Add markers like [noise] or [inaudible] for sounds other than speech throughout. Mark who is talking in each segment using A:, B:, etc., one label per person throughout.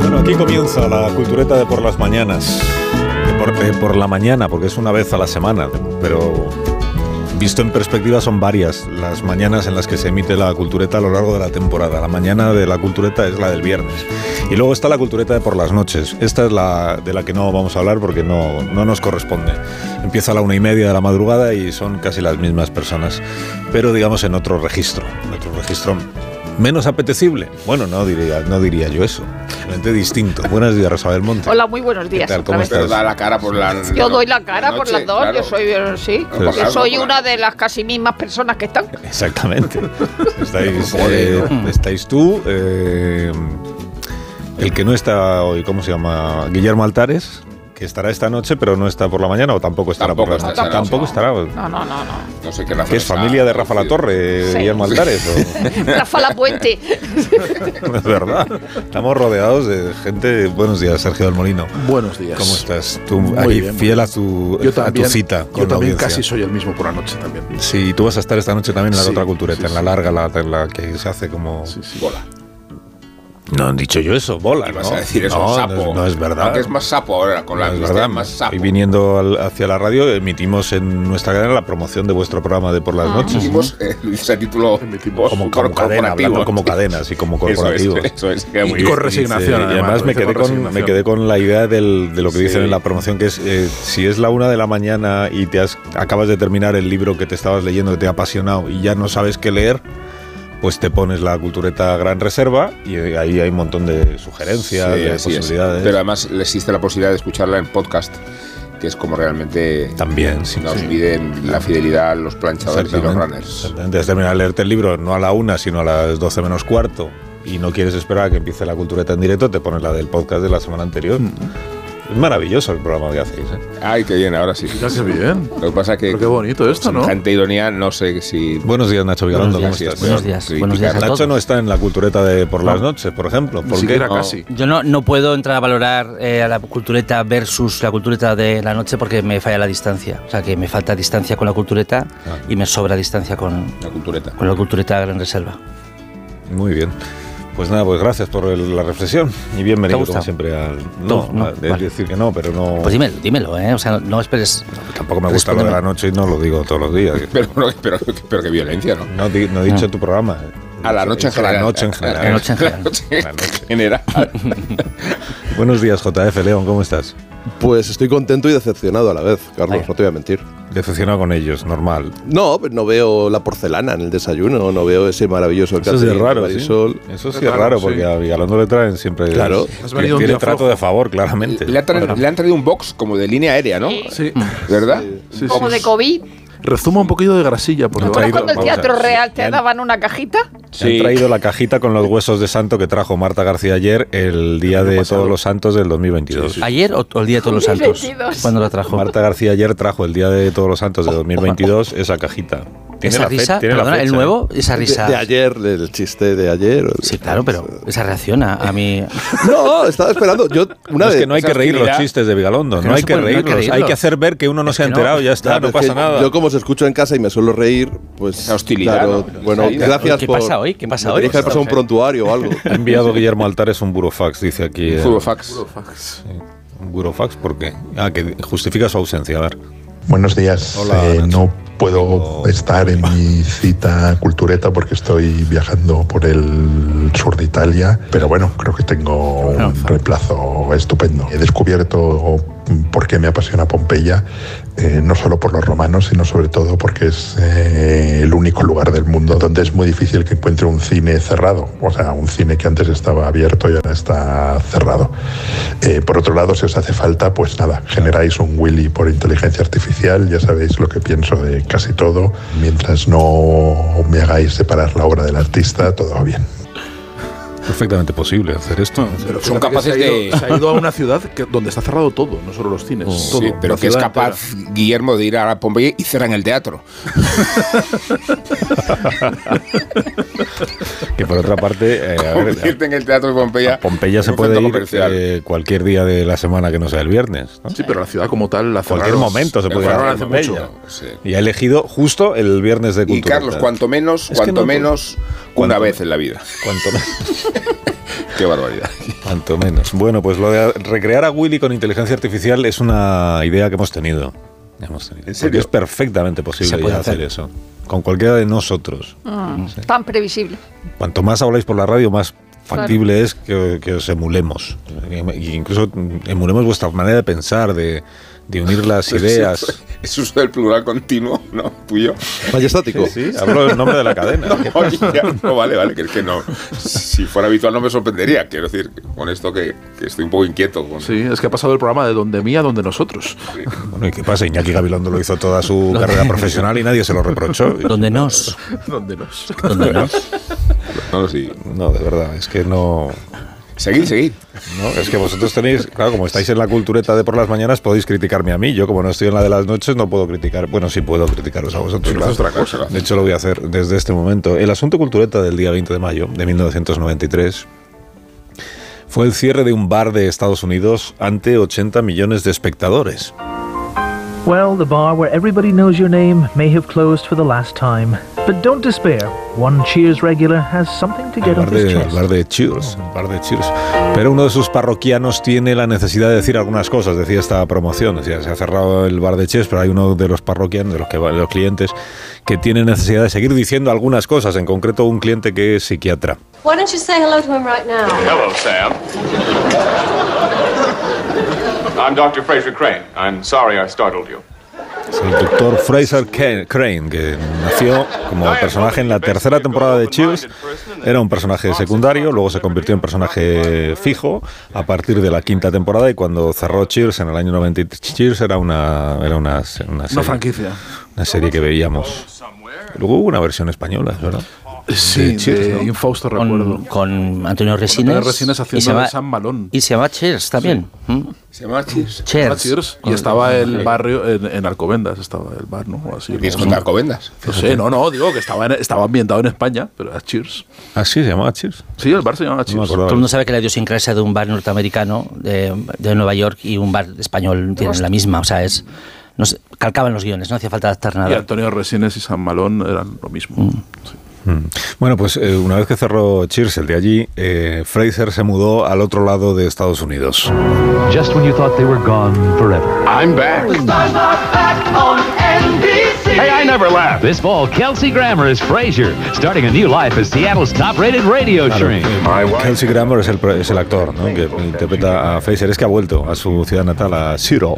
A: Bueno, aquí comienza la cultureta de por las mañanas. De por, de por la mañana, porque es una vez a la semana, pero visto en perspectiva son varias las mañanas en las que se emite la cultureta a lo largo de la temporada. La mañana de la cultureta es la del viernes. Y luego está la cultureta de por las noches. Esta es la de la que no vamos a hablar porque no, no nos corresponde. Empieza a la una y media de la madrugada y son casi las mismas personas, pero digamos en otro registro, en otro registro menos apetecible. Bueno, no diría, no diría yo eso. Realmente distinto. Buenos días, Rosabel Monte.
B: Hola, muy buenos días.
A: tal?
B: otra
A: ¿Cómo
B: vez.
A: estás?
C: Pero da la cara por la.
B: Yo doy la cara por
C: noche,
B: las dos,
C: claro.
B: yo soy, eh, sí,
C: Pero
B: porque
C: claro,
B: soy
C: por
B: una
C: la-
B: de las casi mismas personas que están.
A: Exactamente. Estáis,
C: Joder,
A: eh, estáis tú, eh, el que no está hoy, ¿cómo se llama? Guillermo Altares, que estará esta noche, pero no está por la mañana o tampoco estará
C: Tampoco
A: por la
C: está
A: noche.
C: esta noche,
A: Tampoco
C: no.
A: estará.
B: No, no, no, no.
C: No sé qué razón
A: Que es
C: está.
A: familia de Rafa La Torre,
B: Sí.
A: Guillermo Altares, o-
B: [laughs] Rafa La
A: [laughs]
B: Puente.
A: es verdad. Estamos rodeados de gente. Buenos días, Sergio del Molino.
D: Buenos días.
A: ¿Cómo estás? Tú
D: Muy
A: ahí
D: bien, muy
A: fiel
D: bien.
A: a tu,
D: Yo
A: a tu
D: también,
A: cita con
D: yo
A: la
D: también
A: audiencia.
D: casi soy el mismo por la noche también.
A: Sí, tú vas a estar esta noche también en la
D: Sí,
A: otra cultureta,
D: sí,
A: en la
D: sí.
A: larga, la, en la que se hace como...
D: Sí, sí.
C: Bola.
A: No han dicho yo eso, bola,
C: Ibas
A: ¿no?
C: a decir es
A: no,
C: un
A: no
C: sapo.
A: es- No, es verdad.
C: Aunque es más sapo ahora, con la
A: No es
C: amnistía
A: verdad.
C: es más sapo.
A: Y viniendo al- hacia la radio, emitimos en nuestra cadena la promoción de vuestro programa de por las noches.
C: Hicimos eh,
A: [laughs]
C: ese título
D: Emitimos.
A: Como,
C: cor-
A: como cadena, hablando
C: corporativo.
A: como cadenas y como
C: [laughs] Eso es,
A: corporativos.
C: eso es, queda muy
D: Y
C: bien.
D: con resignación,
A: Dice- y además
D: además,
A: me
D: lo dice
A: quedé,
D: con
A: con,
D: resignación.
A: me quedé con la idea del- de lo que dicen
C: Sí.
A: en la promoción, que es eh, si es la una de la mañana y te has, acabas de terminar el libro que te estabas leyendo, que te ha apasionado y ya no sabes qué leer, pues te pones la cultureta Gran Reserva y eh, ahí hay un montón de sugerencias,
C: Sí,
A: de
C: así es.
A: posibilidades.
C: Pero además existe la posibilidad de escucharla en podcast, que es como realmente
A: También, sí.
C: nos miden la fidelidad los planchadores y los runners.
A: Exactamente. Has terminado de leerte el libro no a la una, sino a las 12 menos cuarto y no quieres esperar a que empiece la cultureta en directo, te pones la del podcast de la semana anterior.
C: Mm.
A: Es maravilloso el programa que hacéis. ¿eh?
C: Ay, qué bien, ahora sí.
D: Casi bien.
C: Lo que pasa es que.
D: Pero qué bonito esto, ¿no?
C: Gente ironía, no sé si.
A: Buenos días, Nacho
E: Buenos
A: Vigalondo. ¿Cómo
E: días,
A: estás?
E: buenos
C: Bueno,
E: días,
C: sí,
E: buenos días a
A: Nacho
E: todos.
A: no está en la cultureta de por las noches, por ejemplo.
D: Ni
A: ¿Por qué?
D: siquiera
A: No.
D: casi.
E: Yo no, no puedo entrar a valorar eh, a la cultureta versus la cultureta de la noche porque me falla la distancia. O sea, que me falta distancia con la cultureta
A: Ah.
E: y me sobra distancia con,
C: La cultureta.
E: con la cultureta Gran Reserva.
A: Muy bien. Pues nada, pues gracias por el- la reflexión y bienvenido
E: ¿Te gusta?
A: como siempre al... No,
E: No,
A: a- es
E: vale.
A: decir que no, pero no...
E: Pues dímelo, dímelo, ¿eh? O sea, no, no esperes.
A: Oh. tampoco me gusta lo de la noche y no lo digo todos los días.
C: Pero, pero, pero, pero qué violencia, ¿no?
A: No, di- no he dicho
E: No.
A: tu programa.
C: A la noche en
A: A la
C: general.
A: noche en general.
E: La noche en
C: La [laughs]
E: general.
C: noche
A: La
C: en
A: noche.
C: general.
A: [laughs] Buenos días, JF León, ¿cómo estás?
F: Pues estoy contento y decepcionado a la vez, Carlos,
E: Vaya.
F: no te voy a mentir.
A: Decepcionado con ellos, normal.
F: No, pues no veo la porcelana en el desayuno, no veo ese maravilloso
A: Eso sí es
F: catering de
A: raro, ¿sí?
F: Marisol.
A: Eso sí
D: Es
A: es
D: raro,
A: raro,
D: sí.
A: porque a Vigalondo le traen siempre...
F: Claro.
D: Has venido un
A: Tiene
D: día
A: trato
D: flojo.
A: de favor, claramente.
C: [laughs] Le, ha tra- le han traído un box como de línea aérea, ¿no? [laughs]
D: Sí.
C: ¿Verdad?
D: Sí,
B: Como
D: sí.
B: de COVID.
D: Rezuma un poquillo de grasilla por
A: No,
D: debajo.
A: traído-
B: cuando el
A: vamos a ver,
B: Teatro
A: sí,
B: Real te
A: bien.
B: daban una cajita?
A: Se Han traído la cajita con los huesos de santo que trajo Marta García ayer, el día de todos los santos del 2022.
E: ¿Ayer o, o el día de todos los santos?
B: 22.
E: ¿Cuándo la trajo?
A: Marta García ayer trajo el día de todos los santos de 2022 esa cajita. Tiene
E: ¿Esa
A: la fe-
E: risa?
A: tiene la
E: Perdona, ¿el
A: fecha, ¿eh?
E: nuevo? Esa
F: De,
E: risa.
F: de ayer, el chiste de ayer.
E: Sí, claro, pero esa reacción a, a mí.
F: [laughs] No, estaba esperando. Yo
A: No,
F: una vez.
A: es que no hay que
C: esa
A: reír los
C: hostilidad-
A: chistes de Vigalondo,
E: que
A: no,
E: no
A: hay
E: se
A: que
E: pueden- no hay que
A: reírlos, hay que
E: reírlos.
A: hacer ver que uno no
E: Es
A: se ha
E: que no.
A: enterado, ya está,
F: Claro,
A: no
F: es
A: pasa
F: que
A: nada.
F: Yo como os escucho en casa y me suelo reír, pues...
C: Esa hostilidad,
F: claro,
C: ¿no?
F: bueno,
C: Esa ira.
F: gracias
E: ¿Qué
F: por...
E: pasa hoy? ¿Qué pasa
F: me
E: hoy?
F: tenéis que haber pasado un prontuario
E: [laughs]
F: o algo.
A: Ha enviado Guillermo Altares un burofax, dice aquí. eh,
C: Furofax.
A: ¿Un burofax? ¿Por qué? Ah, que justifica su ausencia, a ver.
G: Buenos días.
A: Hola,
G: Eh,
A: Nacho.
G: no puedo estar en mi cita cultureta porque estoy viajando por el sur de Italia, pero bueno, creo que tengo un reemplazo estupendo. He descubierto por qué me apasiona Pompeya, eh, no solo por los romanos, sino sobre todo porque es eh, el único lugar del mundo donde Este es muy difícil que encuentre un cine cerrado, o sea, un cine que antes estaba abierto y ahora está cerrado. Eh, por otro lado, si os hace falta, pues nada, generáis un Willy por inteligencia artificial, ya sabéis lo que pienso de casi todo, mientras no me hagáis separar la obra del artista, todo va bien.
A: Perfectamente posible hacer esto.
D: Pero
C: Son
D: fíjate que
C: capaces
D: se ha ido-
C: de- Oh.
D: Se ha ido a una ciudad que- donde está cerrado todo, no solo los cines. todo,
C: Sí, pero
D: la
C: que es
D: ciudad
C: capaz Guillermo de ir a la Pompeya y cerrar en el teatro.
A: Que por otra parte, eh, a ver,
C: Convierte en el teatro de Pompeya.
A: a Pompeya se
C: en un centro
A: puede ir
C: comercial.
A: eh, cualquier día de la semana que no sea el viernes. ¿no?
D: entera. Sí, pero la ciudad como tal la
A: Cualquier
D: cerraron-
A: momento se
D: la
A: puede ir a
D: cerraron
A: la
D: hace
A: Pompeya.
D: mucho.
C: Sí.
A: Y ha elegido justo el viernes de
C: Y
A: cultura.
C: Carlos, cuanto menos,
A: que
C: cuanto
A: no-
C: menos, una
A: cuanto-
C: vez en la vida.
A: Cuanto menos.
C: [laughs] Qué barbaridad.
A: Cuanto menos. Bueno, pues lo de recrear a Willy con inteligencia artificial es una idea que hemos tenido. Hemos tenido. Porque
C: serio?
A: es perfectamente posible
E: Se puede
A: ya hacer.
E: hacer.
A: eso. Con cualquiera de nosotros.
B: Mm, Tan previsible.
A: Cuanto más habláis por la radio, más factible es que, que os emulemos. Y incluso emulemos vuestra manera de pensar, de, de unir
C: [laughs]
A: las ideas.
C: Es uso del plural continuo, ¿no? Tuyo.
F: Majestático.
A: Sí, hablo en nombre de la
C: [laughs]
A: cadena.
D: [laughs]
C: Oye, ya, no, vale, vale, que es que no. Si fuera habitual no me sorprendería. Quiero decir, con esto que, que estoy un poco inquieto. Con,
D: Sí, es que ha pasado el programa de donde mía a donde
F: [laughs]
D: nosotros.
A: Bueno, ¿y qué pasa? Iñaki Gabilondo lo hizo toda su carrera profesional y nadie se lo reprochó.
E: Donde nos.
D: donde nos.
E: Donde nos.
C: No, no, sí.
A: No, de verdad, es que no...
C: Seguid, seguid.
A: No, es que vosotros tenéis, claro, como estáis en la cultureta de por las mañanas, podéis criticarme a mí. Yo, como no estoy en la de las noches, no puedo criticar. Bueno, sí puedo criticaros a vosotros.
C: Pero
A: claro.
C: es otra cosa.
A: De hecho, lo voy a hacer desde este momento. El asunto cultureta del día 20 de mayo de 1993 fue el cierre de un bar de Estados Unidos ante 80 millones de espectadores.
H: Well, the bar where everybody knows your name may have closed for the last time. But don't despair. One Cheers regular has something to
A: El
H: get
A: bar,
H: off his
A: de, el
H: chest.
A: bar de Cheers, el bar de Cheers. Pero uno de sus parroquianos tiene la necesidad de decir algunas cosas, decía esta promoción. Decía, se ha cerrado el bar de Cheers, pero hay uno de los parroquianos, de los, que, va- de los clientes, que tiene necesidad de seguir diciendo algunas cosas, en concreto un cliente que es psiquiatra.
I: Why don't you say hello to him right now?
G: Hello, Sam. I'm Dr. Fraser Crane. I'm sorry I startled you.
A: Es el doctor Fraser Ca- Crane, que nació como personaje en la tercera temporada de Cheers. Era un personaje secundario, luego se convirtió en personaje fijo a partir de la quinta temporada y cuando cerró Cheers en el año 90, Cheers era una, era una, se- una
D: Una
A: serie,
D: franquicia.
A: una serie que veíamos. Luego hubo una versión española, ¿verdad?
D: Sí,
A: Cheers,
D: de
A: ¿no?
D: Infausto recuerdo.
E: Con, con Antonio Resines.
D: Antonio Resines haciendo de San Malón.
E: Y se llama Cheers también. ¿Mm?
C: Se llama Cheers.
D: Ah,
E: Cheers.
D: Cheers.
E: Con-
D: Y estaba el barrio en, en Alcobendas, estaba el bar, ¿no? O Así,
C: ¿Quieres
D: no,
C: contar covendas?
D: no sé, no, no, digo que estaba, en- estaba ambientado en España, pero era Cheers.
A: Así Ah, se llamaba Cheers.
D: Sí, el bar se llamaba
A: No me
D: Cheers.
A: acordaba.
E: Todo el mundo sabe que la idiosincrasia de un bar norteamericano de, de Nueva York y un bar español tienen la misma. O sea, es. No sé, calcaban los guiones, no hacía falta adaptar
D: y
E: nada.
D: Antonio Resines y San Malón eran lo mismo. Sí.
A: Mm. Bueno, pues eh, una vez que cerró Cheers, el de allí, eh, Fraser se mudó al otro lado de Estados Unidos.
H: Just when you thought they were gone forever.
G: I'm back. Hey, I never laugh.
H: This fall, Kelsey Grammer is Frasier, starting a new life as Seattle's top-rated radio
A: Claro, eh, Kelsey Grammer es el, pro- es el actor ¿no? que interpreta a Fraser. Es que ha vuelto a su ciudad natal, a Seattle.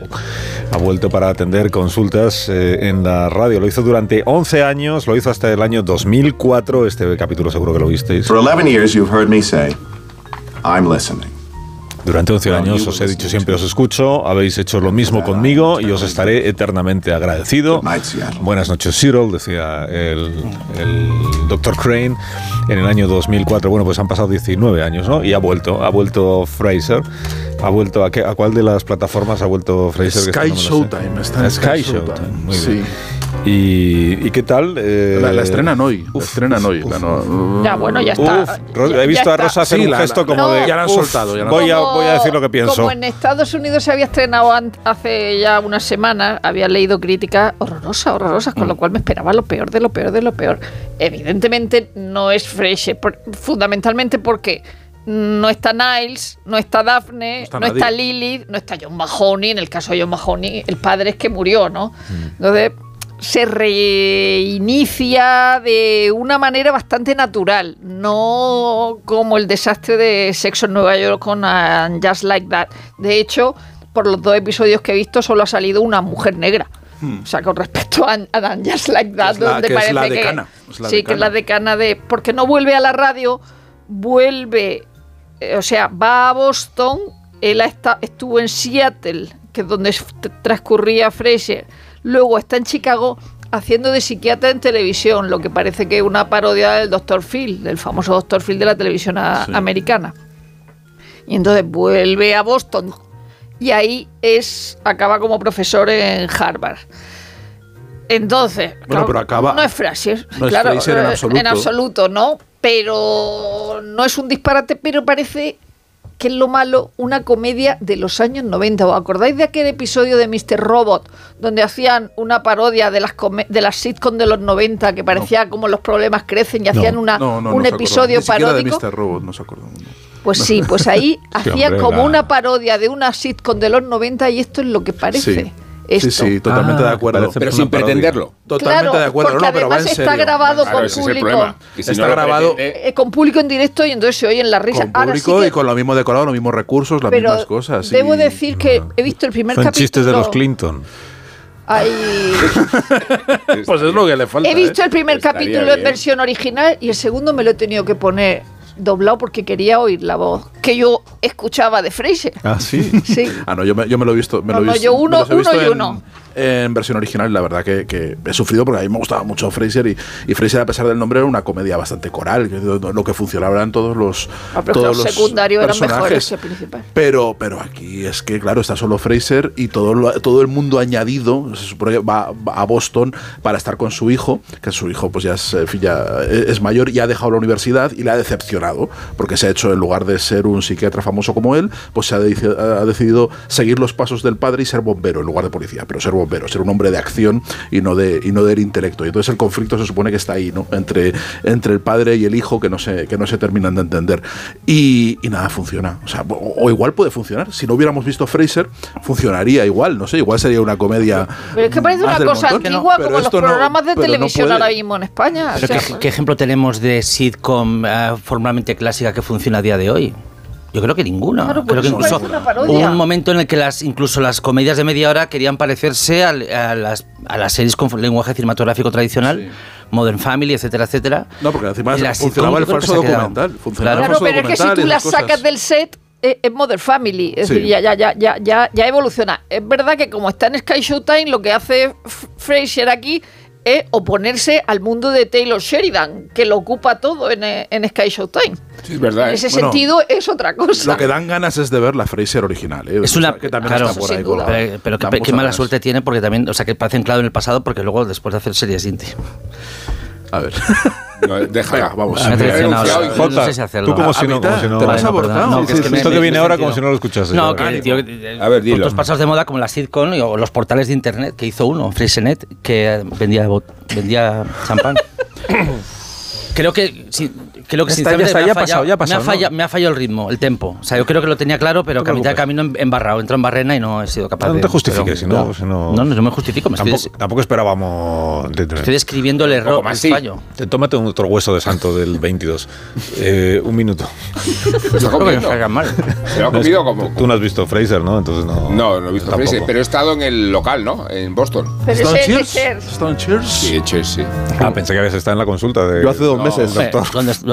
A: Ha vuelto para atender consultas eh, en la radio. Lo hizo durante 11 años, lo hizo hasta el año 2004. Este capítulo seguro que lo visteis.
G: For 11 years, you've heard me say, I'm listening.
A: Durante 11 años os he dicho siempre os escucho, habéis hecho lo mismo conmigo y os estaré eternamente agradecido. Buenas noches, Cyril, decía el, doctor Crane en el año 2004. Bueno, pues han pasado 19 años, ¿no? Y ha vuelto, ha vuelto Fraser. ¿Ha vuelto a, qué- a cuál de las plataformas ha vuelto Fraser? Que esto
D: Sky
A: no me lo sé.
D: Showtime, está en
A: A Sky
D: Sky
A: Showtime.
D: Showtime,
A: muy
D: sí.
A: bien. ¿Y, y qué tal? Eh,
D: La, la estrenan hoy. la estrenan hoy. la no-
B: Ya, bueno, ya está.
A: Uf, Ro- he visto
B: Ya
A: a Rosa
B: está.
A: hacer
D: Sí,
A: un
D: la-
A: gesto
D: la-
A: como
B: no.
A: de.
D: Ya la han
A: "Uf,
D: soltado, ya la han
A: voy, a,
B: Como-
A: voy a decir lo que pienso.
B: Como en Estados Unidos se había estrenado an- hace ya unas semanas, había leído críticas horrorosas, horrorosas,
A: Mm.
B: con lo cual me esperaba lo peor de lo peor de lo peor. Evidentemente no es Fresh, fundamentalmente porque no está Niles, no está Daphne,
D: está
B: no está
D: nadie.
A: Mm.
B: Lilith, no está John Mahoney, en el caso de John Mahoney, el padre es que murió, ¿no? Entonces, se reinicia de una manera bastante natural, no como el desastre de Sexo en Nueva York con And Just Like That. De hecho, por los dos episodios que he visto solo ha salido una mujer negra. O sea, con respecto a, a Dan Just Like That,
D: Es la-
B: donde
D: Hmm. que es
B: parece
D: la
B: que-
D: decana, es la
B: sí, que es la decana de. Porque no vuelve a la radio, vuelve. eh, o sea, va a Boston. Él ha esta- estuvo en Seattle, que es donde s- t- transcurría Fraser. Luego está en Chicago haciendo de psiquiatra en televisión, lo que parece que es una parodia del Dr. Phil, del famoso Dr. Phil de la televisión a-
J: Sí.
B: americana. Y entonces vuelve a Boston y ahí es acaba como profesor en Harvard. Entonces,
D: Bueno, pero acaba-
B: no es Frasier,
D: no es
B: claro,
D: Frasier en
B: eh,
D: absoluto.
B: en absoluto, ¿no? Pero no es un disparate, pero parece que es lo malo, una comedia de los años 90. ¿Os acordáis de aquel episodio de Mr. Robot, donde hacían una parodia de las, come- de las sitcom de los 90, que parecía como los problemas crecen y hacían una,
D: No, no,
B: un
D: no se
B: episodio
D: acordaba. Ni
B: paródico?
D: siquiera de Mr. Robot, no se acordó.
B: Pues sí,
D: [laughs]
B: pues ahí
D: Sí,
B: hacían
D: hombre,
B: como
D: la-
B: una parodia de una sitcom de los 90 y esto es lo que parece.
D: Sí.
B: Esto.
D: Sí, sí, totalmente
C: Ah,
D: de acuerdo.
C: parece Pero sin una parodia. pretenderlo.
D: Totalmente
B: Claro,
D: de acuerdo,
B: porque
D: no, pero va en
B: además está
D: serio.
B: grabado
D: Claro,
B: con
D: ese es el
B: público.
D: problema, que si Está no lo grabado-
B: eh, con público en directo y entonces se oyen las risas.
D: Con
B: Ahora sí
D: público
B: que-
D: y con lo mismo decorado, los mismos recursos, las
B: pero
D: mismas cosas. sí. Ah.
B: debo decir que he visto el primer capítulo.
D: Clinton.
B: Ahí-
D: [laughs] pues es lo que le falta.
B: he visto
D: ¿eh?
B: el primer
D: Estaría
B: capítulo en
D: bien.
B: versión original y el segundo me lo he tenido que poner doblado porque quería oír la voz que yo escuchaba de Fraser.
D: Ah, sí.
B: Sí.
D: Ah, no, yo me, yo me lo he visto. Me
B: No,
D: lo he
B: no,
D: visto-
B: yo
D: me
B: uno,
D: los he
B: uno
D: visto
B: y
D: en-
B: uno.
D: En versión original, la verdad que, que he sufrido porque a mí me gustaba mucho Fraser y, y Fraser, a pesar del nombre, era una comedia bastante coral, que es lo lo que funcionaba eran todos los.
B: Ah, pero
D: todos
B: los secundarios eran mejores
D: personajes.
B: que el principal.
D: Pero, pero aquí es que, claro, está solo Fraser y todo, lo- todo el mundo añadido se supone que va, va a Boston para estar con su hijo, que su hijo pues ya es, eh, ya es mayor y ha dejado la universidad y le ha decepcionado, porque se ha hecho, en lugar de ser un psiquiatra famoso como él, pues se ha, deci- ha decidido seguir los pasos del padre y ser bombero en lugar de policía, pero ser bombero, ser un hombre de acción y no, de, y no del intelecto. Y entonces el conflicto se supone que está ahí, ¿no? Entre, entre el padre y el hijo que no se, que no se terminan de entender. Y, y nada, funciona. O, sea, o- o igual puede funcionar. Si no hubiéramos visto Fraser, funcionaría igual, no sé, igual sería una comedia.
B: Pero es que parece
D: más
B: una
D: del
B: cosa
D: Mm, montón.
B: antigua
D: Pero
B: como los
D: esto no-
B: programas de
D: pero no
B: televisión
D: puede.
B: ahora mismo en España.
E: Pero
B: o sea, pues
E: ¿qué, qué ejemplo tenemos de sitcom eh, formalmente clásica que funciona a día de hoy? Yo creo que ninguna.
B: Claro, por
E: creo que
B: eso
E: incluso
B: parece una
E: hubo
B: parodia.
E: un momento en el que las incluso las comedias de media hora querían parecerse al- a, las, a las series con lenguaje cinematográfico tradicional, Modern Family, etcétera, etcétera.
D: No, porque encima
E: Y la sitcom
D: funcionaba el
E: yo creo que
D: falso
E: se ha quedado.
D: documental. Funcionaba
E: Claro.
D: el
B: claro,
D: falso
B: pero es que si tú
D: documental y
B: las
D: esas cosas.
B: sacas del set eh, es Mother Family, es
D: Sí.
B: decir, ya, ya, ya, ya, ya, ya evoluciona. Es verdad que como está en Sky Showtime, lo que hace F- Frasier aquí es oponerse al mundo de Taylor Sheridan, que lo ocupa todo en, eh, en Sky Showtime.
D: Sí, es verdad,
B: En
D: ¿eh?
B: ese
D: Bueno,
B: sentido es otra cosa.
D: Lo que dan ganas es de ver la Fraser original. ¿eh?
E: Es
D: O sea,
E: una
D: que también
E: claro,
D: está por ahí colgada.
E: pero, pero
D: Dan
E: qué, qué
D: muchas
E: mala
D: ganas.
E: suerte tiene porque también, o sea, que parece anclado en el pasado porque luego después de hacer series indie.
D: A ver.
C: Déjala,
D: vamos.
E: Me ha
D: Pues Me he
E: traicionado,
D: anunciado,
E: o sea,
D: Jota,
E: no sé si hacerlo.
D: tú como si no- como si no- Te lo has
E: Bueno, perdón,
D: abortado.
E: no,
D: Sí,
E: que es
D: sí,
E: que
D: sí,
E: me-
D: esto
E: me
D: que
E: he
D: viene ahora
E: metido.
D: como si no lo escuchas,
E: No,
D: ya.
E: que eh,
D: Ánimo.
E: tío,
D: A ver, dilo.
E: Puntos pasados de moda como la sitcom y- o los portales de internet que hizo uno, Frisenet, que vendía, bot- vendía
D: [coughs]
E: champán. Creo que, sí, creo que
D: Ya está,
E: sinceramente
D: ya está,
E: me,
D: ya
E: ha
D: ha pasado,
E: fallado,
D: ya ha pasado,
E: me, ha
D: ¿no?
E: falla- me ha fallado el ritmo, el tempo. O sea, yo creo que lo tenía claro, pero que a mitad de camino he embarrado, entro en barrena y no he sido capaz
A: No,
E: de...
A: no te justifiques, si no,
E: pero-
A: si no-
E: No, no, no me justifico. Me estoy,
A: Tampoco, tampoco esperábamos. de- de-
E: estoy describiendo el error, el fallo.
A: Te- Tómate un otro hueso de santo del 22. Eh, un minuto.
D: Pues
C: está comiendo. Se lo ha comido como.
A: Tú no has visto Fraser, ¿no? Entonces no.
C: No, no he visto Fraser, pero he estado en el local, ¿no? En Boston.
B: Pero
A: Stone
B: ese es de
A: Cheers.
B: ser.
D: Stone Cheers.
C: Sí, en Cheers, sí.
A: Ah, pensé que habías estado en la consulta de.
F: Yo hace dos meses.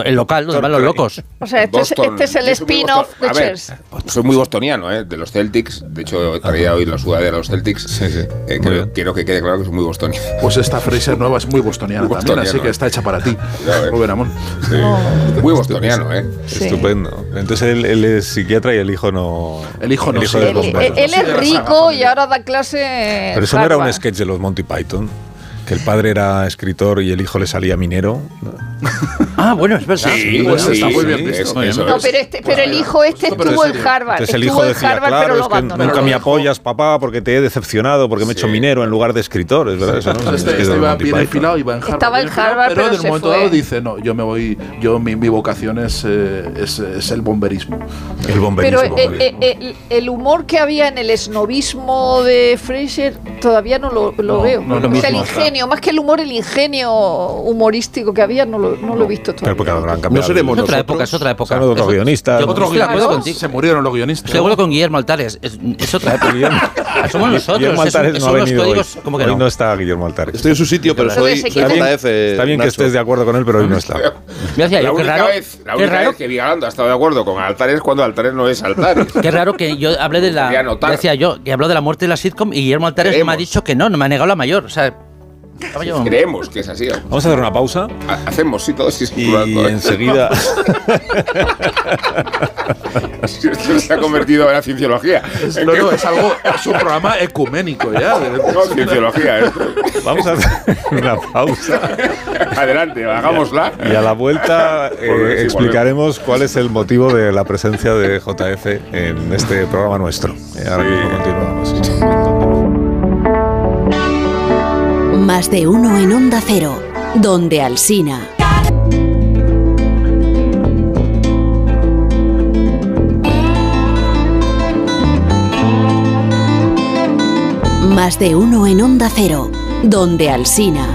E: el local donde van los locos.
B: O sea, este, es-
C: Boston.
B: este es el
C: Yo soy muy
B: spin-off
C: boston-
B: de
C: A ver,
B: Cheers.
C: Soy muy bostoniano, ¿eh? De los Celtics. De hecho, traía hoy la sudadera de los Celtics. Eh, creo- quiero que quede claro que soy muy bostoniano.
D: Pues esta Fraser nueva es muy bostoniana,
C: Muy
D: también, así
C: bostoniana.
D: que está hecha para ti,
C: Ya ves.
D: Rubén Amón.
C: Muy bostoniano, ¿eh?
A: Estupendo. Entonces él, él es psiquiatra y el hijo no.
D: El hijo no, sí.
A: de
D: Él-
A: los
B: Él, él es rico y ahora da clase. en
A: Pero eso no era un
B: Harvard.
A: sketch de los Monty Python. Que el padre era escritor y el hijo le salía minero.
E: Ah, bueno, es verdad.
A: Sí,
D: pues
A: sí,
D: está muy bien
A: sí,
D: visto.
A: es-
D: Muy bien.
A: eso
B: No, pero, este, pero el hijo este
D: pero
B: estuvo
D: es
B: en Harvard.
A: Entonces el
B: Estuvo
A: hijo
B: en
A: decía,
B: Harvard, pero
A: claro,
B: lo
A: es que
B: abandonó.
A: nunca me apoyas, papá, porque te he decepcionado, porque me he hecho minero en lugar de escritor. Es verdad, eso, ¿no? Es que
D: Este, este
A: es de
D: iba
A: Monty
D: bien
A: Python.
D: enfilado, iba en Harvard.
B: Estaba en
D: bien enfilado,
B: Harvard, pero
D: en un
B: se
D: momento
B: fue.
D: dado dice, no, yo me voy, yo mi, mi vocación es, eh, es, es el bomberismo.
A: El
B: Pero eh, eh, eh, el, el humor que había en el esnovismo de Fraser todavía no lo, lo
D: No,
B: veo.
D: no es lo
B: o sea, el
D: mismo, claro.
B: ingenio ingenio, más que el humor, el ingenio humorístico que había, no lo, no lo he visto todavía.
A: Claro, porque ahora
D: eh,
A: han
E: No
A: cambiado.
E: seremos
A: Es
E: otra época, es otra época.
A: Son otros
E: Eso-
A: guionistas.
E: Yo-
D: Otros
E: estoy de acuerdo
D: guionistas
E: contigo.
D: se murieron los guionistas.
E: Seguro con Guillermo Altares. Es, es
D: [laughs]
E: otra época. Somos nosotros.
A: Guillermo
E: es un-
A: Altares no
E: son
A: ha
E: los
A: venido
E: códigos.
A: hoy.
E: ¿Cómo que
A: Hoy
E: no?
A: no está Guillermo Altares.
F: Estoy en su sitio, pero
E: Pero
F: soy
B: ese
F: soy
B: quita-
F: JF.
A: Está bien que
F: Nacho.
A: estés de acuerdo con él, pero hoy no está.
E: Me decía
C: la
E: yo, qué
C: única,
E: raro.
C: vez, la
E: qué
C: única
E: raro
C: vez que Vigalando ha estado de acuerdo con Altares es cuando Altares no es Altares.
E: Qué raro que yo hablé de
C: Quería
E: la.
C: anotar.
E: Decía yo que habló de la muerte de la sitcom y Guillermo Altares me ha
C: Queremos.
E: dicho que no, no me ha negado la mayor. O sea, estaba yo-
C: Creemos que es así. vamos.
A: Vamos a hacer una pausa
C: Ha- Hacemos, sí, todos. Sí, sí,
A: y
C: todo, todo.
A: enseguida.
C: [laughs] Esto se ha convertido en la cienciología.
D: Es- No, no, es algo, es un programa ecuménico ya. de-
C: [laughs] No, cienciología. ¿eh?
A: [laughs]
C: [laughs]
A: Vamos a hacer una pausa
C: Adelante, hagámosla.
A: y a la vuelta eh,
C: Volvemos y
A: explicaremos cuál es el motivo de la presencia de JF en este programa nuestro. Eh, Ahora
C: Sí.
A: mismo continuamos.
K: Más de uno en Onda Cero, donde Alsina. Más de uno en Onda Cero, donde Alsina.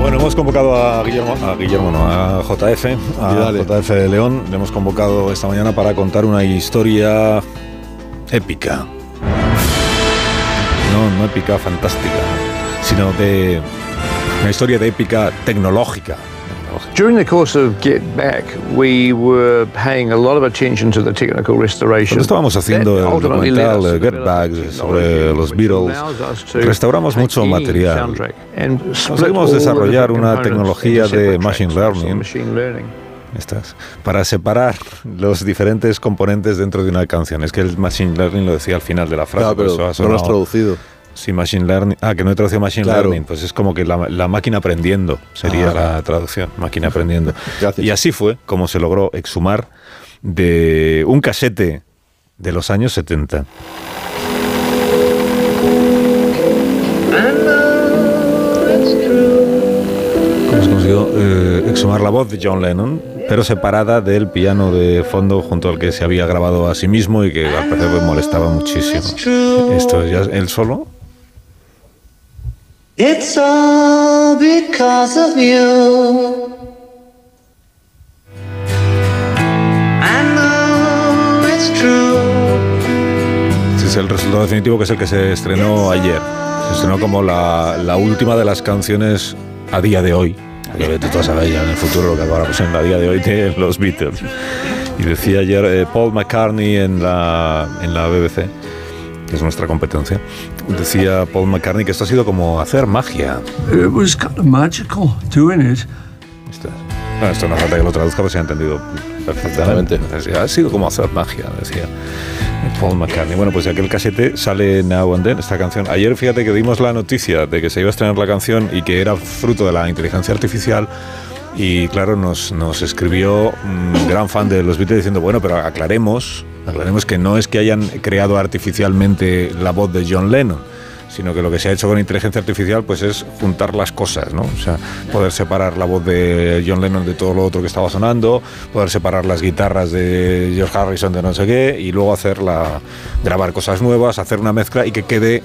A: Bueno, hemos convocado a Guillermo, a Guillermo, no, a JF, a
F: Dale.
A: JF de León. Le hemos convocado esta mañana para contar una historia épica. No, no épica, fantástica, sino de una historia de épica tecnológica.
J: During the course of Get Back, we were paying a lot of attention to the technical restoration.
A: Cuando estábamos haciendo
J: That
A: el
J: ultimately led us
A: documental
J: to the
A: eh, Get Back
J: development of
A: sobre
J: technology,
A: los
J: which
A: Beatles,
J: allows us to
A: restauramos
J: take
A: mucho
J: any
A: material.
J: soundtrack and split
A: Conseguimos
J: all of the
A: desarrollar una
J: components
A: tecnología
J: into
A: de
J: separate
A: Machine
J: tracks, or
A: Learning
J: machine learning.
A: Estas. Para separar los diferentes componentes dentro de una canción. Es que el Machine Learning lo decía al final de la frase.
F: Claro,
A: por
F: pero
A: eso ha
F: no lo
A: sonado-
F: has traducido.
A: Sí, Machine Learning. Ah, que no he traducido Machine
F: Claro.
A: Learning. Pues es como que la, la máquina aprendiendo sería
F: Ah.
A: la traducción. Máquina aprendiendo.
F: Gracias.
A: Y así fue como se logró exhumar de un casete de los años 70. Hemos conseguido eh, exhumar la voz de John Lennon, pero separada del piano de fondo junto al que se había grabado a sí mismo y que al parecer pues, molestaba muchísimo. Esto ya es él solo.
L: It's all because of you. I know it's true.
A: Este es el resultado definitivo que es el que se estrenó ayer. Se estrenó como la, la última de las canciones a día de hoy. Ya vete tú a saber ya en el futuro lo que acabará pues, en a día de hoy de los Beatles. Y decía ayer eh, Paul McCartney en la, en la BBC, que es nuestra competencia, decía Paul McCartney que esto ha sido como hacer magia.
M: It was kind of magical doing it.
A: Bueno, esto no hace falta que lo traduzca, pero se ha entendido perfectamente. Ha sido como hacer magia, decía Paul McCartney. Bueno, pues aquel casete sale Now and Then, esta canción. Ayer, fíjate que dimos la noticia de que se iba a estrenar la canción y que era fruto de la inteligencia artificial. Y claro, nos, nos escribió un gran fan de los Beatles diciendo, bueno, pero aclaremos, aclaremos que no es que hayan creado artificialmente la voz de John Lennon sino que lo que se ha hecho con inteligencia artificial pues es juntar las cosas, ¿no? O sea, poder separar la voz de John Lennon de todo lo otro que estaba sonando, poder separar las guitarras de George Harrison de no sé qué y luego hacer la grabar cosas nuevas, hacer una mezcla y que quede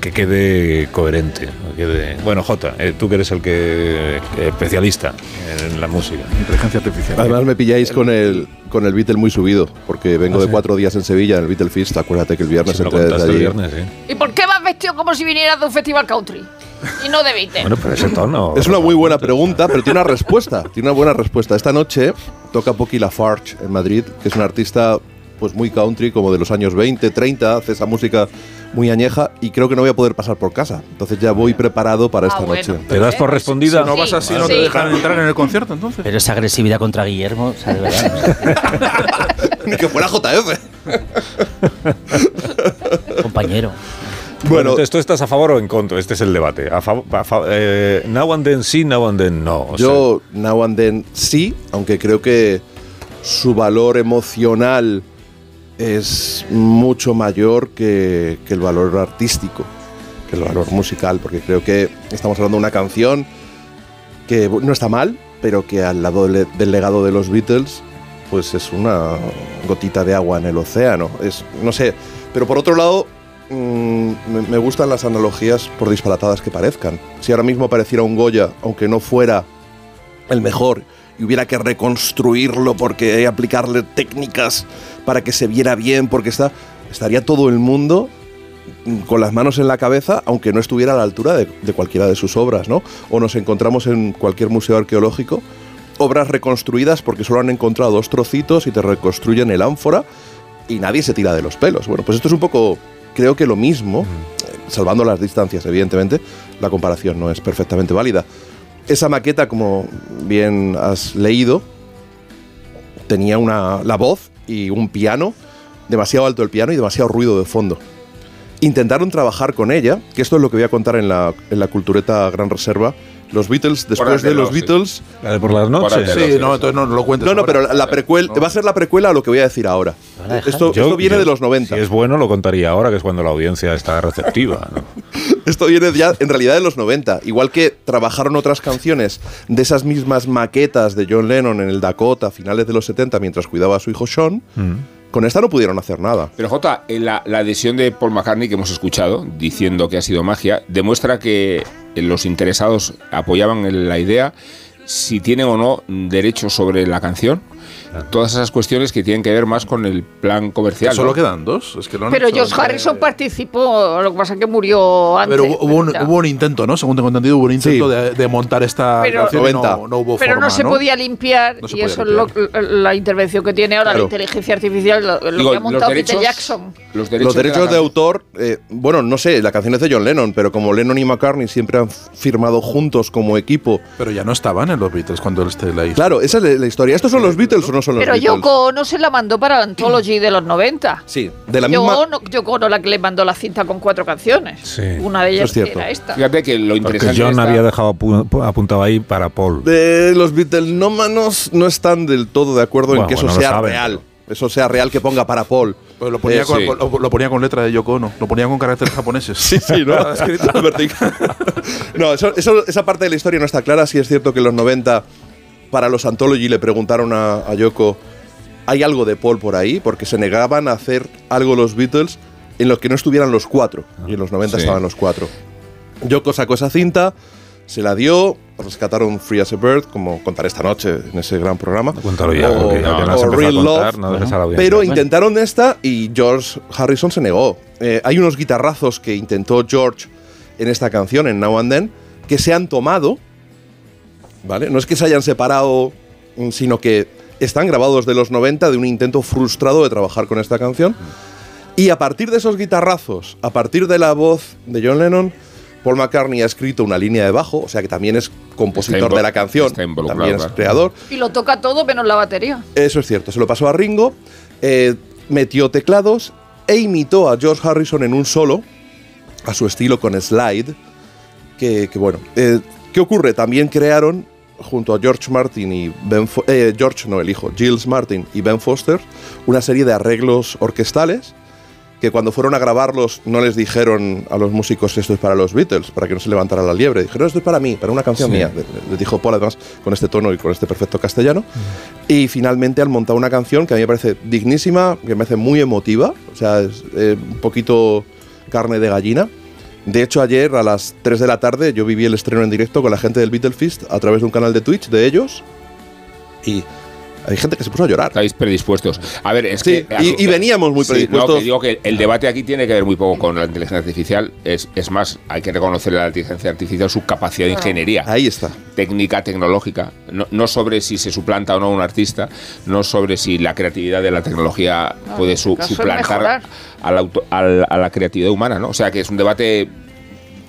A: que quede coherente. que quede- Bueno, Jota, eh, tú que eres el que eh, especialista en la música.
D: Inteligencia artificial.
F: Además me pilláis con el con el Beatle muy subido, porque vengo
A: Ah,
F: de
A: sí.
F: cuatro días en Sevilla en el Beatle Fist. Acuérdate que el viernes
A: Sí, me lo
F: entré desde
A: pues contaste el
F: allí.
A: viernes, ¿eh?
B: ¿Y por qué vas vestido como si vinieras de un festival country? Y no de Beatles.
A: Bueno, pero ese tono.
F: Es una muy buena pregunta, pero tiene una
A: [laughs]
F: respuesta. Tiene una buena respuesta. Esta noche toca Pocky Lafarge en Madrid, que es un artista pues muy country, como de los años 20, 30, hace esa música muy añeja y creo que no voy a poder pasar por casa. Entonces ya voy preparado para esta noche.
A: [laughs] ¿Te das por respondida?
D: Si no vas así, no te dejan entrar en el concierto, entonces.
E: Pero esa agresividad contra Guillermo, o sea, de verdad,
F: Ni que fuera JF.
E: compañero.
A: Bueno, entonces tú estás a favor o en contra. Este es el debate. A fav- a fa- eh, now and then sí, now and then no. O
F: Yo, Now and Then sí, aunque creo que su valor emocional es mucho mayor que, que el valor artístico, que el valor musical, porque creo que estamos hablando de una canción que bu- no está mal, pero que al lado del, del legado de los Beatles, pues es una gotita de agua en el océano. Es, no sé, pero por otro lado, mm, me, me gustan las analogías por disparatadas que parezcan. Si ahora mismo apareciera un Goya, aunque no fuera el mejor y hubiera que reconstruirlo porque hay que aplicarle técnicas para que se viera bien, porque está, estaría todo el mundo mm, con las manos en la cabeza, aunque no estuviera a la altura de, de cualquiera de sus obras, ¿no? O nos encontramos en cualquier museo arqueológico obras reconstruidas porque solo han encontrado dos trocitos y te reconstruyen el ánfora y nadie se tira de los pelos. Bueno, pues esto es un poco, creo que lo mismo, eh, salvando las distancias, evidentemente, la comparación no es perfectamente válida. Esa maqueta, como bien has leído, tenía una, la voz y un piano, demasiado alto el piano y demasiado ruido de fondo. Intentaron trabajar con ella, que esto es lo que voy a contar en la, en la cultureta Gran Reserva. Los Beatles, después de
D: Guárdatelo,
F: los
D: sí.
F: Beatles.
A: La de por las noches.
D: Sí, no, entonces no, no lo cuentes.
F: No, no,
D: ahora.
F: pero la, la precuela, va a ser la precuela a lo que voy a decir ahora. Esto, esto viene de los 90.
A: Si es bueno, lo contaría ahora, que es cuando la audiencia está receptiva. ¿no?
F: Esto viene ya en realidad de los 90. Igual que trabajaron otras canciones de esas mismas maquetas de John Lennon en el Dakota a finales de los 70 mientras cuidaba a su hijo Sean,
A: Mm.
F: con esta no pudieron hacer nada.
C: Pero Jota, en la, la adhesión de Paul McCartney que hemos escuchado diciendo que ha sido magia demuestra que eh, los interesados apoyaban el- la idea si tienen o no derechos sobre la canción. Todas esas cuestiones que tienen que ver más con el plan comercial.
D: Que solo
C: quedan dos. Es que
B: Pero George Harrison participó, lo que pasa es que murió antes.
D: Pero hubo, hubo un,
B: Ya.
D: hubo un intento, ¿no? Según tengo entendido, hubo un intento de, de montar esta
B: Pero-
D: canción y no,
F: 90.
D: no hubo
B: Pero
D: forma,
B: no se podía limpiar
D: No se
B: y
D: podía
B: eso es lo- la intervención que tiene ahora
F: Claro.
B: la inteligencia artificial, lo, lo
F: Digo,
B: que ha
F: los
B: montado
F: derechos-
B: Peter Jackson.
C: Los
F: Los derechos de, autor, eh, bueno, no sé, la canción es de John Lennon, pero como Lennon y McCartney siempre han firmado juntos como equipo.
D: Pero ya no estaban en los Beatles cuando él este la hizo.
F: Claro, esa es la- la historia. ¿Estos son los Beatles o no son los
B: Pero
F: Beatles?
B: Yoko Ono se la mandó para la Anthology de los 90.
F: Sí, de la
B: Yoko
F: misma.
B: Ono- Yoko Ono la que le mandó la cinta con cuatro canciones. Una de ellas era esta.
C: Fíjate que lo
A: Porque
C: interesante
A: John
C: de esta-
A: había dejado apu- pu- apuntado ahí para Paul.
F: de los Beatles no están del todo de acuerdo
A: Bueno,
F: en que eso
A: bueno, lo
F: sea
A: saben.
F: real. Eso sea real que ponga para Paul.
D: Pues lo ponía,
F: Eh,
D: con,
F: sí.
D: lo, lo ponía con letra de Yoko Ono, lo ponía con caracteres japoneses.
F: [laughs] Sí, sí, ¿no?
D: Estaba escrito en
F: vertical. No, eso- eso- esa parte de la historia no está clara. Sí es cierto que en los 90 para los Anthology le preguntaron a, a Yoko, ¿hay algo de Paul por ahí? Porque se negaban a hacer algo los Beatles en lo que no estuvieran los cuatro. Y en los 90
C: Sí.
F: estaban los cuatro. Yoko sacó esa cinta, se la dio, rescataron Free as a Bird, como contaré esta noche en ese gran programa.
A: Cuéntalo ya, porque ya que no has
F: o
A: empezado a
F: Real
A: contar,
F: Love.
A: no dejes a la audiencia.
F: pero
A: Bueno.
F: intentaron esta y George Harrison se negó. Eh, hay unos guitarrazos que intentó George en esta canción, en Now and Then, que se han tomado, ¿vale? No es que se hayan separado, mm, sino que están grabados de los 90 de un intento frustrado de trabajar con esta canción. Y a partir de esos guitarrazos, a partir de la voz de John Lennon, Paul McCartney ha escrito una línea de bajo, o sea que también es compositor
C: invo-
F: de la canción,
C: está involucrado,
F: también es
C: claro.
F: creador.
B: Y lo toca todo menos la batería.
F: Eso es cierto, se lo pasó a Ringo, eh, metió teclados e imitó a George Harrison en un solo, a su estilo con slide, que, que bueno, eh, ¿qué ocurre? También crearon, junto a George Martin y Ben Fo- eh, George no, el hijo, Gilles Martin y Ben Foster, una serie de arreglos orquestales que cuando fueron a grabarlos no les dijeron a los músicos esto es para los Beatles, para que no se levantara la liebre. Dijeron esto es para mí, para una canción
C: Sí.
F: mía. Les dijo Paul además con este tono y con este perfecto castellano. Y finalmente han montado una canción que a mí me parece dignísima, que me parece muy emotiva, o sea, es eh, un poquito carne de gallina. De hecho, ayer a las 3 de la tarde yo viví el estreno en directo con la gente del Beatle Fist a través de un canal de Twitch de ellos y hay gente que se puso a llorar.
C: Estáis predispuestos. A ver, es
F: Sí,
C: que.
F: y- y veníamos muy
C: Sí,
F: predispuestos.
C: no, que digo que el debate aquí tiene que ver muy poco con la inteligencia artificial. Es, es más, hay que reconocer a la inteligencia artificial su capacidad de ingeniería.
F: Ahí está.
C: Técnica, tecnológica. No, no sobre si se suplanta o no un artista, no sobre si la creatividad de la tecnología
B: No,
C: puede
B: en
C: su-
B: este caso es mejorar.
C: suplantar a la, auto- a la- a la creatividad humana, ¿no? O sea que es un debate.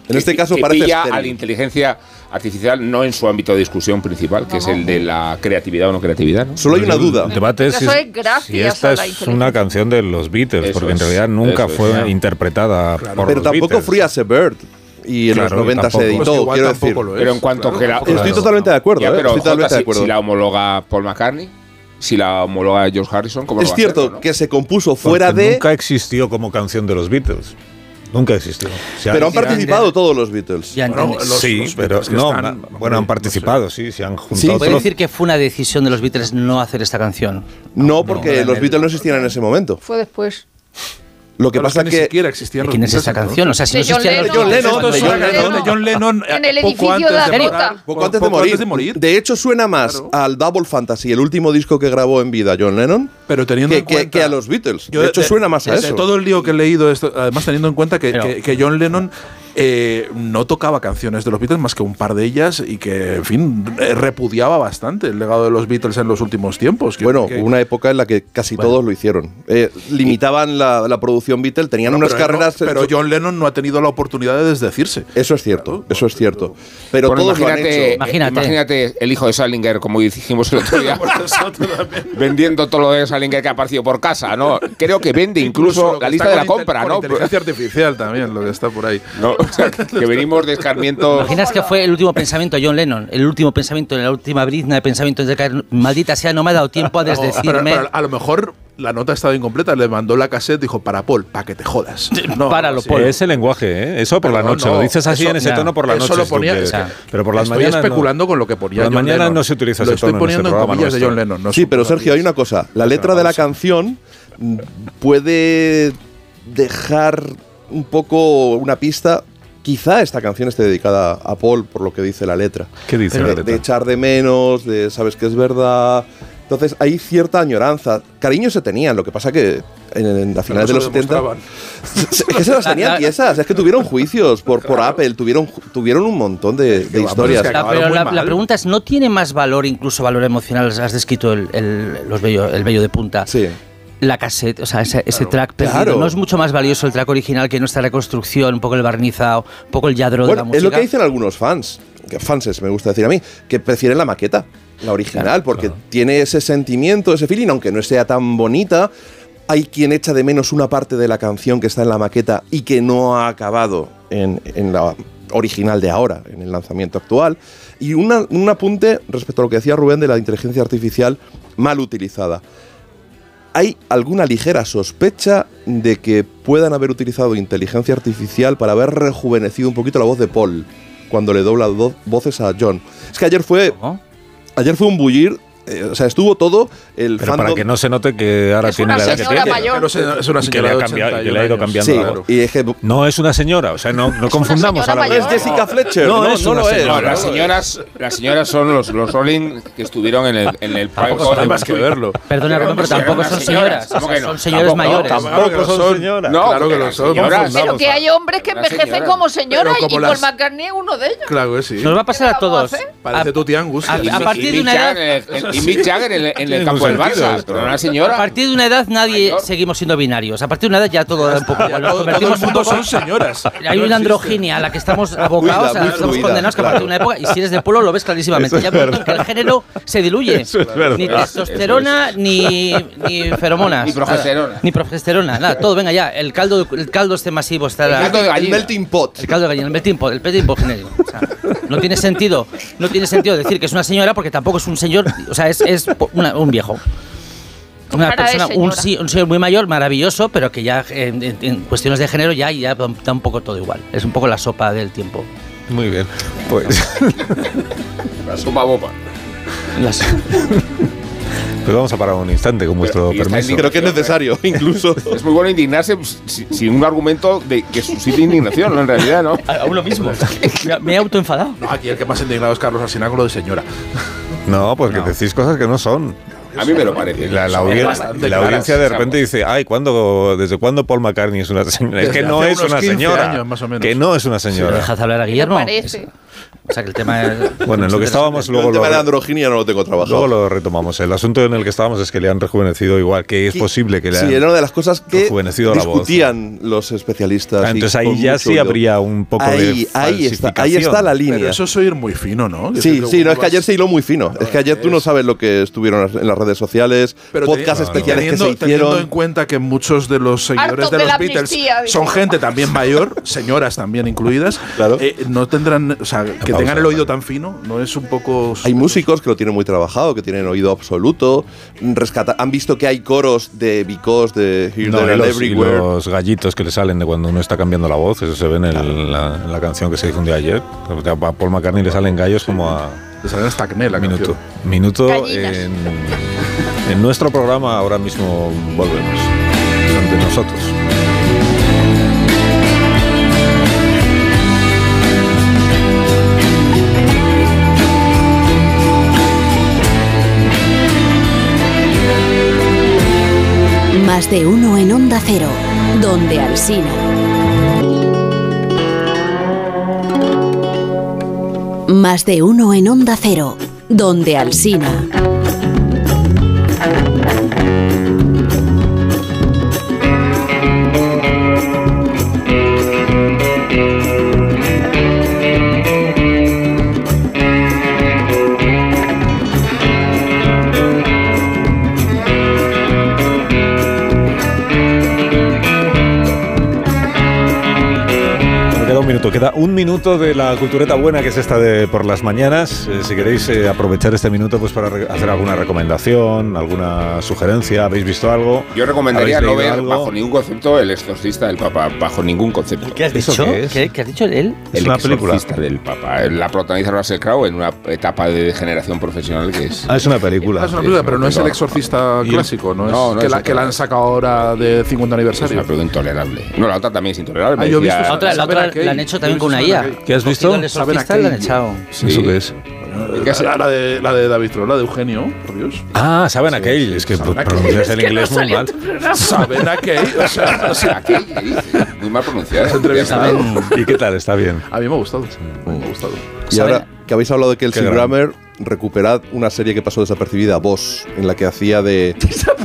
C: que-
F: este caso
C: que
F: parece
C: pilla
F: estéril.
C: a la inteligencia artificial no en su ámbito de discusión principal, que es el de la creatividad o no creatividad. ¿no?
F: Solo hay una duda.
A: El debate es si,
B: Eso es gracias
A: si esta
B: a la
A: es
B: inteligencia.
A: una canción de los Beatles,
C: Eso
A: porque en
C: es,
A: realidad nunca
C: eso es,
A: fue
C: claro.
A: interpretada por
F: Pero
A: los
F: tampoco
A: Beatles.
F: Free as a Bird y en
A: Claro,
F: los 90
A: tampoco.
F: se editó,
A: Pues que igual
F: quiero
A: tampoco
F: decir. Ah,
A: lo
C: Pero en cuanto que la-
F: Estoy totalmente de acuerdo,
C: Ya,
F: ¿eh?
C: pero
F: Estoy totalmente
C: Jota,
F: de
C: si-
F: acuerdo.
C: Si, la homologa Paul McCartney, si la homologa George Harrison, como
F: Es cierto que se compuso fuera
A: Porque
F: de.
A: Nunca existió como canción de los Beatles. Nunca existió. Se
F: Pero han participado todos los Beatles.
E: Ya
A: Bueno,
E: entendí.
A: sí, pero no, na- bueno, han participado, sí, se han juntado.
E: Puede
A: todos.
E: decir que fue una decisión de los Beatles no hacer esta canción.
F: No, porque
E: No.
F: los Beatles no existían en ese momento.
B: Fue después.
F: Lo que
D: Pero es
F: pasa
D: que
F: es
D: ni
F: que.
D: siquiera existían
E: ¿Quién es esa canción? O sea, si
B: De
E: no
B: John
E: existían los
B: Lennon.
E: Beatles,
F: Lennon,
E: cuando
F: de John Lennon.
D: John Lennon,
B: En el edificio de la Dakota.
F: Poco antes de
D: Poco
F: morir.
D: antes de morir.
F: De hecho, suena más al Double Fantasy, el último disco que grabó en vida John Lennon,
D: pero teniendo
F: que,
D: en
F: que-
D: cuenta-
F: que a los Beatles.
D: Yo
F: de hecho, suena más a
D: de
F: eso.
D: todo el lío que he leído, esto, además teniendo en cuenta que, que- que John Lennon eh, no tocaba canciones de los Beatles más que un par de ellas y que, en fin, eh, repudiaba bastante el legado de los Beatles en los últimos tiempos. Que-
F: bueno,
D: que-
F: hubo una época en la que casi todos lo hicieron. Eh, limitaban la, la producción Beatles, tenían
D: Bueno,
F: unas
D: pero él no-
F: carreras. eh,
D: pero John Lennon no ha tenido la oportunidad de desdecirse.
F: Eso es cierto, eso es cierto. Pero
C: Bueno,
F: todos lo han
C: imagínate,
F: hecho.
C: imagínate. el hijo de Salinger, como dijimos el otro
F: [laughs]
C: día, vendiendo todo lo de Salinger que ha aparecido por casa, ¿no? Creo que vende incluso
D: lo que
C: la lista
D: está
C: de la
D: con inte-
C: compra,
D: con
C: ¿no?
D: Inteligencia artificial también, lo que está por ahí.
C: [laughs] No, o sea, que venimos de escarmiento.
E: Imaginas que fue el último pensamiento de John Lennon, el último pensamiento, la última brizna de pensamiento de caer. Maldita sea, no me ha dado tiempo a
D: No, pero-
E: desdecirme.
D: pero a lo mejor la nota estaba incompleta, le mandó la cassette, dijo para Paul, para que te jodas. No,
E: Páralo,
D: sí.
E: Paul.
A: Ese lenguaje, ¿eh? eso por la
D: No,
A: noche.
D: no,
A: lo dices así
D: eso-
A: en ese
D: no,
A: tono por la
D: eso
A: noche.
D: lo
A: si tú
D: ponía-
A: quieres.
D: o sea,
A: pero por las
D: estoy
A: mañanas. no.
D: especulando con lo que ponía
A: Por las
D: John
A: mañanas
D: Lennon.
A: no se utiliza
D: Lo
A: ese
D: estoy
A: tono.
D: poniendo en
A: este programa
D: comillas de
A: nuestro.
D: John Lennon. no
F: sí,
D: sé
F: pero
D: por qué.
F: Sergio, hay una cosa. La letra de la canción mm, puede dejar un poco una pista. Quizá esta canción esté dedicada a Paul por lo que dice la letra.
A: ¿Qué dice
F: de,
A: la letra?
F: de echar de menos, de sabes que es verdad. Entonces hay cierta añoranza. Cariño se tenían, lo que pasa que en, en- a finales
D: se
F: de
D: lo
F: los 70
D: demostraban.
F: [laughs] es que se las tenían piezas, es que tuvieron juicios por, por Apple, tuvieron, ju- tuvieron un montón de, de
D: vamos,
F: historias.
D: es que
E: La,
D: acabaron
E: pero
D: muy
E: la-
D: mal.
E: la pregunta es, ¿no tiene más valor, incluso valor emocional? Has descrito el, el- los vello, el vello de punta.
F: Sí.
E: La cassette, o sea, ese, ese track perdido.
F: Claro.
E: ¿No es mucho más valioso el track original que nuestra reconstrucción, un poco el barnizado, un poco el yadro de la
F: Bueno,
E: música?
F: es lo que dicen algunos fans, que fanses me gusta decir a mí, que prefieren la maqueta, la original, porque tiene ese sentimiento, ese feeling, aunque no sea tan bonita. Hay quien echa de menos una parte de la canción que está en la maqueta y que no ha acabado en, en la original de ahora, en el lanzamiento actual. Y una- un apunte respecto a lo que decía Rubén de la inteligencia artificial mal utilizada. ¿Hay alguna ligera sospecha de que puedan haber utilizado inteligencia artificial para haber rejuvenecido un poquito la voz de Paul cuando le dobla do- voces a John? Es que ayer fue. Ayer fue un bullir. eh, o sea, estuvo todo el
A: Pero
F: fandom-
A: para que no se note que ahora
B: Es
A: tiene
B: una
A: la edad que
B: señora
A: tiene.
B: mayor.
D: Pero se- es
A: Y
D: una
A: que le
D: señora
A: ha,
D: de
A: cambiado, y que
D: 81
A: le ha ido
D: años.
A: cambiando.
F: Sí,
A: la voz.
F: y es que
A: No es una señora, o sea, no, no confundamos
B: señora
A: ahora
F: No es Jessica Fletcher,
A: No,
F: no, no,
A: es una
F: lo es.
A: señora.
C: No, las señoras, las señoras son los, los Rolling que estuvieron en el, en el Prime
A: Tampoco
C: Hall.
A: tenemos que verlo.
E: Perdona, Rubén, pero tampoco son señoras.
C: ¿Cómo que no?
E: Son señores
C: Tampoco,
E: mayores.
C: no,
A: Tampoco son señoras.
C: No,
D: Claro que
C: porque
D: lo
C: las
D: son,
C: señoras-
D: confundamos.
B: Pero que hay hombres que
C: Una
B: envejecen
C: señora.
B: como señoras
D: Pero
B: y
D: como
B: Paul
D: las-
B: McCartney es uno de ellos.
D: Claro que sí.
E: Nos va a pasar a
B: ¿Qué vamos
E: todos.
B: a hacer?
D: Parece tu tía Angustia.
E: a-
C: Y-
E: a
C: y
E: partir de
C: Mick
E: una
C: Jagger
E: edad-
C: en el- Y Mick Jagger en el, en el
A: Tiene
C: campo
A: ningún
C: del
A: sentido
C: Barça.
A: esto.
C: Pero una
E: A
C: señora.
E: partir de una edad nadie
C: Mayor.
E: seguimos siendo binarios. A partir de una edad ya todo da un poco igual. Nos
D: Todo, todo el
E: convertimos un
D: mundo
E: poco-
D: son señoras.
E: Hay
D: No
E: una
D: existe.
E: androginia a la que estamos abocados,
F: Fluida,
E: a la
F: muy
E: que estamos
F: fluida,
E: condenados que a partir de una época, y si eres de pueblo lo ves clarísimamente. ya vemos que el género se diluye.
A: Eso es verdad.
E: ni
A: Eso es.
E: testosterona, ni, ni feromonas.
C: Ni progesterona.
E: Nada. Ni progesterona, nada. Todo, venga ya. El caldo, el caldo este masivo está. la-
C: caldo de
F: El
C: gallina.
F: melting pot.
E: el caldo de gallina, el melting pot, el melting pot genérico. O sea, no tiene sentido, no tiene sentido decir que es una señora porque tampoco es un señor, o sea, es, es una- un viejo. Una
B: Cara de
E: persona, un,
B: señora.
E: sí- un señor muy mayor, maravilloso, pero que ya en, en- en cuestiones de género ya, ya da un poco todo igual. Es un poco la sopa del tiempo.
A: Muy bien. Pues,
C: La sopa boba.
E: [laughs] Las-
A: pues vamos a parar un instante con vuestro
C: y está
A: permiso.
C: en
F: Creo que es necesario, incluso.
C: Es muy bueno indignarse pues, si- sin, un argumento de que suscite indignación, ¿no? en realidad,
E: [laughs]
C: ¿no?
E: a, a uno mismo. Me, me he autoenfadado.
D: No, aquí el que más indignado es Carlos Alsina con lo de señora.
A: No, porque decís cosas que no son.
C: A mí me lo parece.
A: La, la
C: Son
A: audien-
C: bastante
A: la
C: claras,
A: audiencia de
C: digamos.
A: repente dice, ay, ¿cuándo, ¿desde cuándo Paul McCartney es una señora? Es
D: Desde
A: que no
D: hace
A: es
D: unos
A: una
D: 15
A: señora.
D: años, más o menos.
A: Que no es una señora.
E: ¿Dejas hablar a Guillermo?
B: Parece.
E: O sea, que el tema es-
A: Bueno, en lo que estábamos luego
F: Luego el tema
A: lo,
F: de la androginia no lo tengo
A: luego
F: trabajado.
A: lo retomamos. El asunto en el que estábamos es que le han rejuvenecido igual, que es posible que le
F: sí,
A: han...
F: era una de las cosas que
A: rejuvenecido la voz.
F: discutían los especialistas.
A: Ah,
F: y
A: entonces
F: con
A: ahí ya
F: mucho
A: sí
F: yo.
A: habría un poco
F: ahí,
A: de
F: ahí está, ahí está la
A: falsificación.
F: línea.
D: Pero eso es oír muy fino, ¿no? Que
F: Sí,
D: luego
F: sí, no, es que
D: vas-
F: ayer se hiló muy fino. Es que ayer tú no sabes lo que estuvieron en las redes sociales,
D: Pero
F: podcasts
D: teni-
F: especiales
D: teniendo,
F: que se
D: teniendo
F: hicieron.
D: en cuenta que muchos de los seguidores
B: Hartos
D: de
B: de
D: los
B: la
D: Beatles
B: amnistía, dice. [laughs]
D: son gente también mayor, señoras también incluidas,
F: Claro.
D: eh, no tendrán, o sea, que tengan el oído tan fino, no es un poco...
F: Hay músicos que lo tienen muy trabajado, que tienen oído absoluto. Rescata han visto que hay coros de Because, de Here,
A: No,
F: There
A: y
F: and
A: los, y
F: Everywhere.
A: los gallitos que le salen de cuando uno está cambiando la voz, eso se ve en, el- la, en la canción que se difundió ayer. A Paul McCartney le salen gallos como a.
D: Le salen hasta la
A: Minuto.
D: canción.
A: Minuto
D: Gallinas.
A: en, en nuestro programa, ahora mismo volvemos. Ante nosotros.
K: Más de uno en Onda Cero, donde Alsina. Más de uno en Onda Cero, donde Alsina.
A: Me queda un minuto, queda un minuto de la cultureta buena que es esta de por las mañanas. Eh, si queréis eh, aprovechar este minuto pues para re- hacer alguna recomendación, alguna sugerencia, habéis visto algo.
C: Yo recomendaría
A: ¿Habéis
C: no
A: leído
C: ver
A: algo?
C: bajo ningún concepto el exorcista del Papa, bajo ningún concepto.
E: ¿Qué has dicho? ¿Qué, qué has dicho él?
C: El exorcista del Papa. La protagoniza Russell Crowe en una etapa de degeneración profesional que es.
A: Ah, es una película.
D: Ah, es una película, pero no es el exorcista
C: Y el-
D: clásico, no,
C: No,
D: es,
C: no
D: que,
C: es
D: la,
C: otra.
D: que la han sacado ahora de 50
C: Es
D: aniversario.
C: una película intolerable. No, la otra también es intolerable.
D: Ah,
C: me
D: yo he
C: decía-
D: visto
E: La otra, la
D: Saber
E: otra
D: aquel,
E: la han hecho también
D: yo
E: con
D: he
E: una
D: visto
E: IA.
D: Saber aquel.
A: ¿Qué has visto?
E: Cogido el exorcista y la han
D: aquel.
E: echado.
A: ¿Eso qué es?
D: Ah, La, la de, la de David Troll, la de Eugenio, por Dios.
A: Ah, saben aquel. Es que pronuncias el inglés muy mal.
D: Saben aquel,
C: [laughs]
D: o sea, o sea,
C: Muy mal pronunciada.
D: ¿Has entrevistado?
A: ¿Y qué tal? Está [laughs] bien.
D: A mí me ha gustado. Me ha gustado.
F: Y ahora que habéis hablado de Kelsey
A: Qué gran.
F: Grammer, recuperad una serie que pasó desapercibida, Vos, en la que hacía de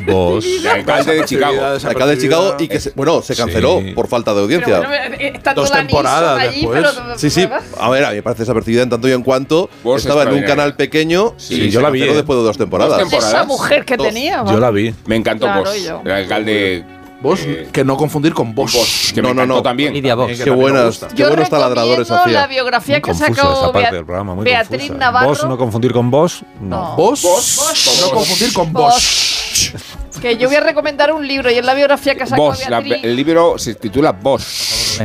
F: Vos,
C: El alcalde de Chicago.
F: la alcalde de Chicago y que se- bueno se canceló
C: Sí.
F: por
B: [laughs]
F: falta de
B: Pero
F: audiencia.
B: bueno, eh, está
F: Dos
B: toda Nixon
F: temporadas
B: allí,
F: después.
B: pero-
F: sí, sí. A ver, a mí me parece desapercibida en tanto y en cuanto
C: Vos
F: estaba en un
C: extraordinaria.
F: canal pequeño
C: Sí,
F: y
C: yo
F: se
C: la vi,
F: canceló
C: ¿eh?
F: después de dos temporadas.
B: Esa mujer que tenía. va.
A: vi.
C: Me encantó
B: Claro,
C: Vos.
B: yo.
C: El alcalde.
D: Vos, que no confundir con Eh, Vos.
C: que me
F: No, no,
C: encantó
F: no.
C: también.
F: Qué buenas, qué
B: Yo
F: buenos taladradores
B: recomiendo la
F: hacía.
B: biografía que
A: Confusa esa
B: sacó
A: parte
B: Bea-
A: del programa, muy
B: Beatriz
A: confusa.
B: Navarro.
A: Vos, no confundir con vos. No.
D: Vos,
B: Vos.
D: no confundir con Vos.
B: Que yo voy a recomendar un libro y es la biografía que sacó
C: Vos, la-
B: Beatriz.
C: el libro se titula Vos.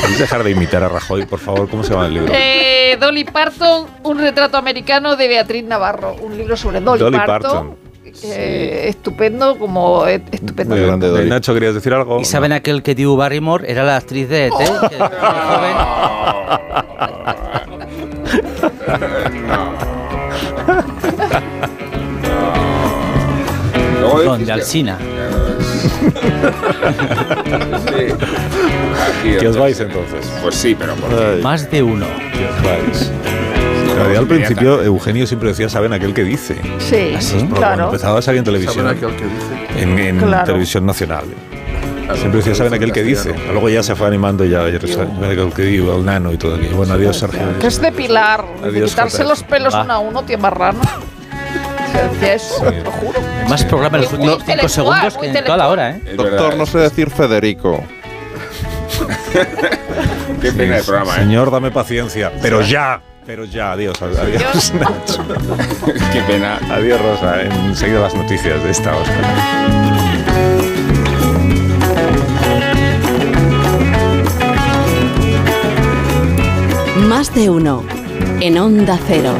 A: ¿Podéis [laughs] dejar de imitar a Rajoy, por favor? ¿Cómo se llama el libro?
B: Eh, Dolly Parton, un retrato americano de Beatriz Navarro, un libro sobre Dolly,
A: Dolly
B: Parton.
A: Parton.
B: eh, Estupendo, como eh, estupendo.
A: Muy grande, Nacho, ¿querías decir algo?
E: ¿Y saben aquel que Drew Barrymore era la actriz de ET? que-
B: [laughs]
E: Perdón, de Alsina.
C: [laughs]
A: ¿Qué os vais entonces?
C: Pues sí, pero por
E: Más de uno.
A: ¿Qué os vais? Claro, yo al principio Eugenio siempre decía, saben aquel que dice.
B: Sí,
A: Eso es, pero Cuando
B: claro.
A: empezaba a salir en televisión,
D: Saben aquel que dice.
A: en, en
B: Claro.
A: televisión nacional. Siempre decía, saben aquel que dice. Luego ya se fue animando ya, ya saben aquel que digo, el nano y todo aquello. Bueno, adiós, Sergio.
B: Que es de Pilar.
A: Adiós,
B: quitarse
A: Jota.
B: los pelos
A: Va.
B: uno a uno, tío marrano.
A: [laughs]
B: Se decía eso, lo juro.
E: Más programa en los
B: Muy
E: últimos cinco
B: intelectual,
E: segundos
B: muy
E: que en toda la hora, ¿eh?
F: Doctor, no sé decir Federico.
C: Qué pena de programa, ¿eh?
A: Señor, dame paciencia. Pero ya. Pero ya, adiós. Adiós, Nacho.
C: Qué pena.
A: Adiós, Rosa. eh. Enseguida las noticias de esta hora.
K: Más de uno en Onda Cero.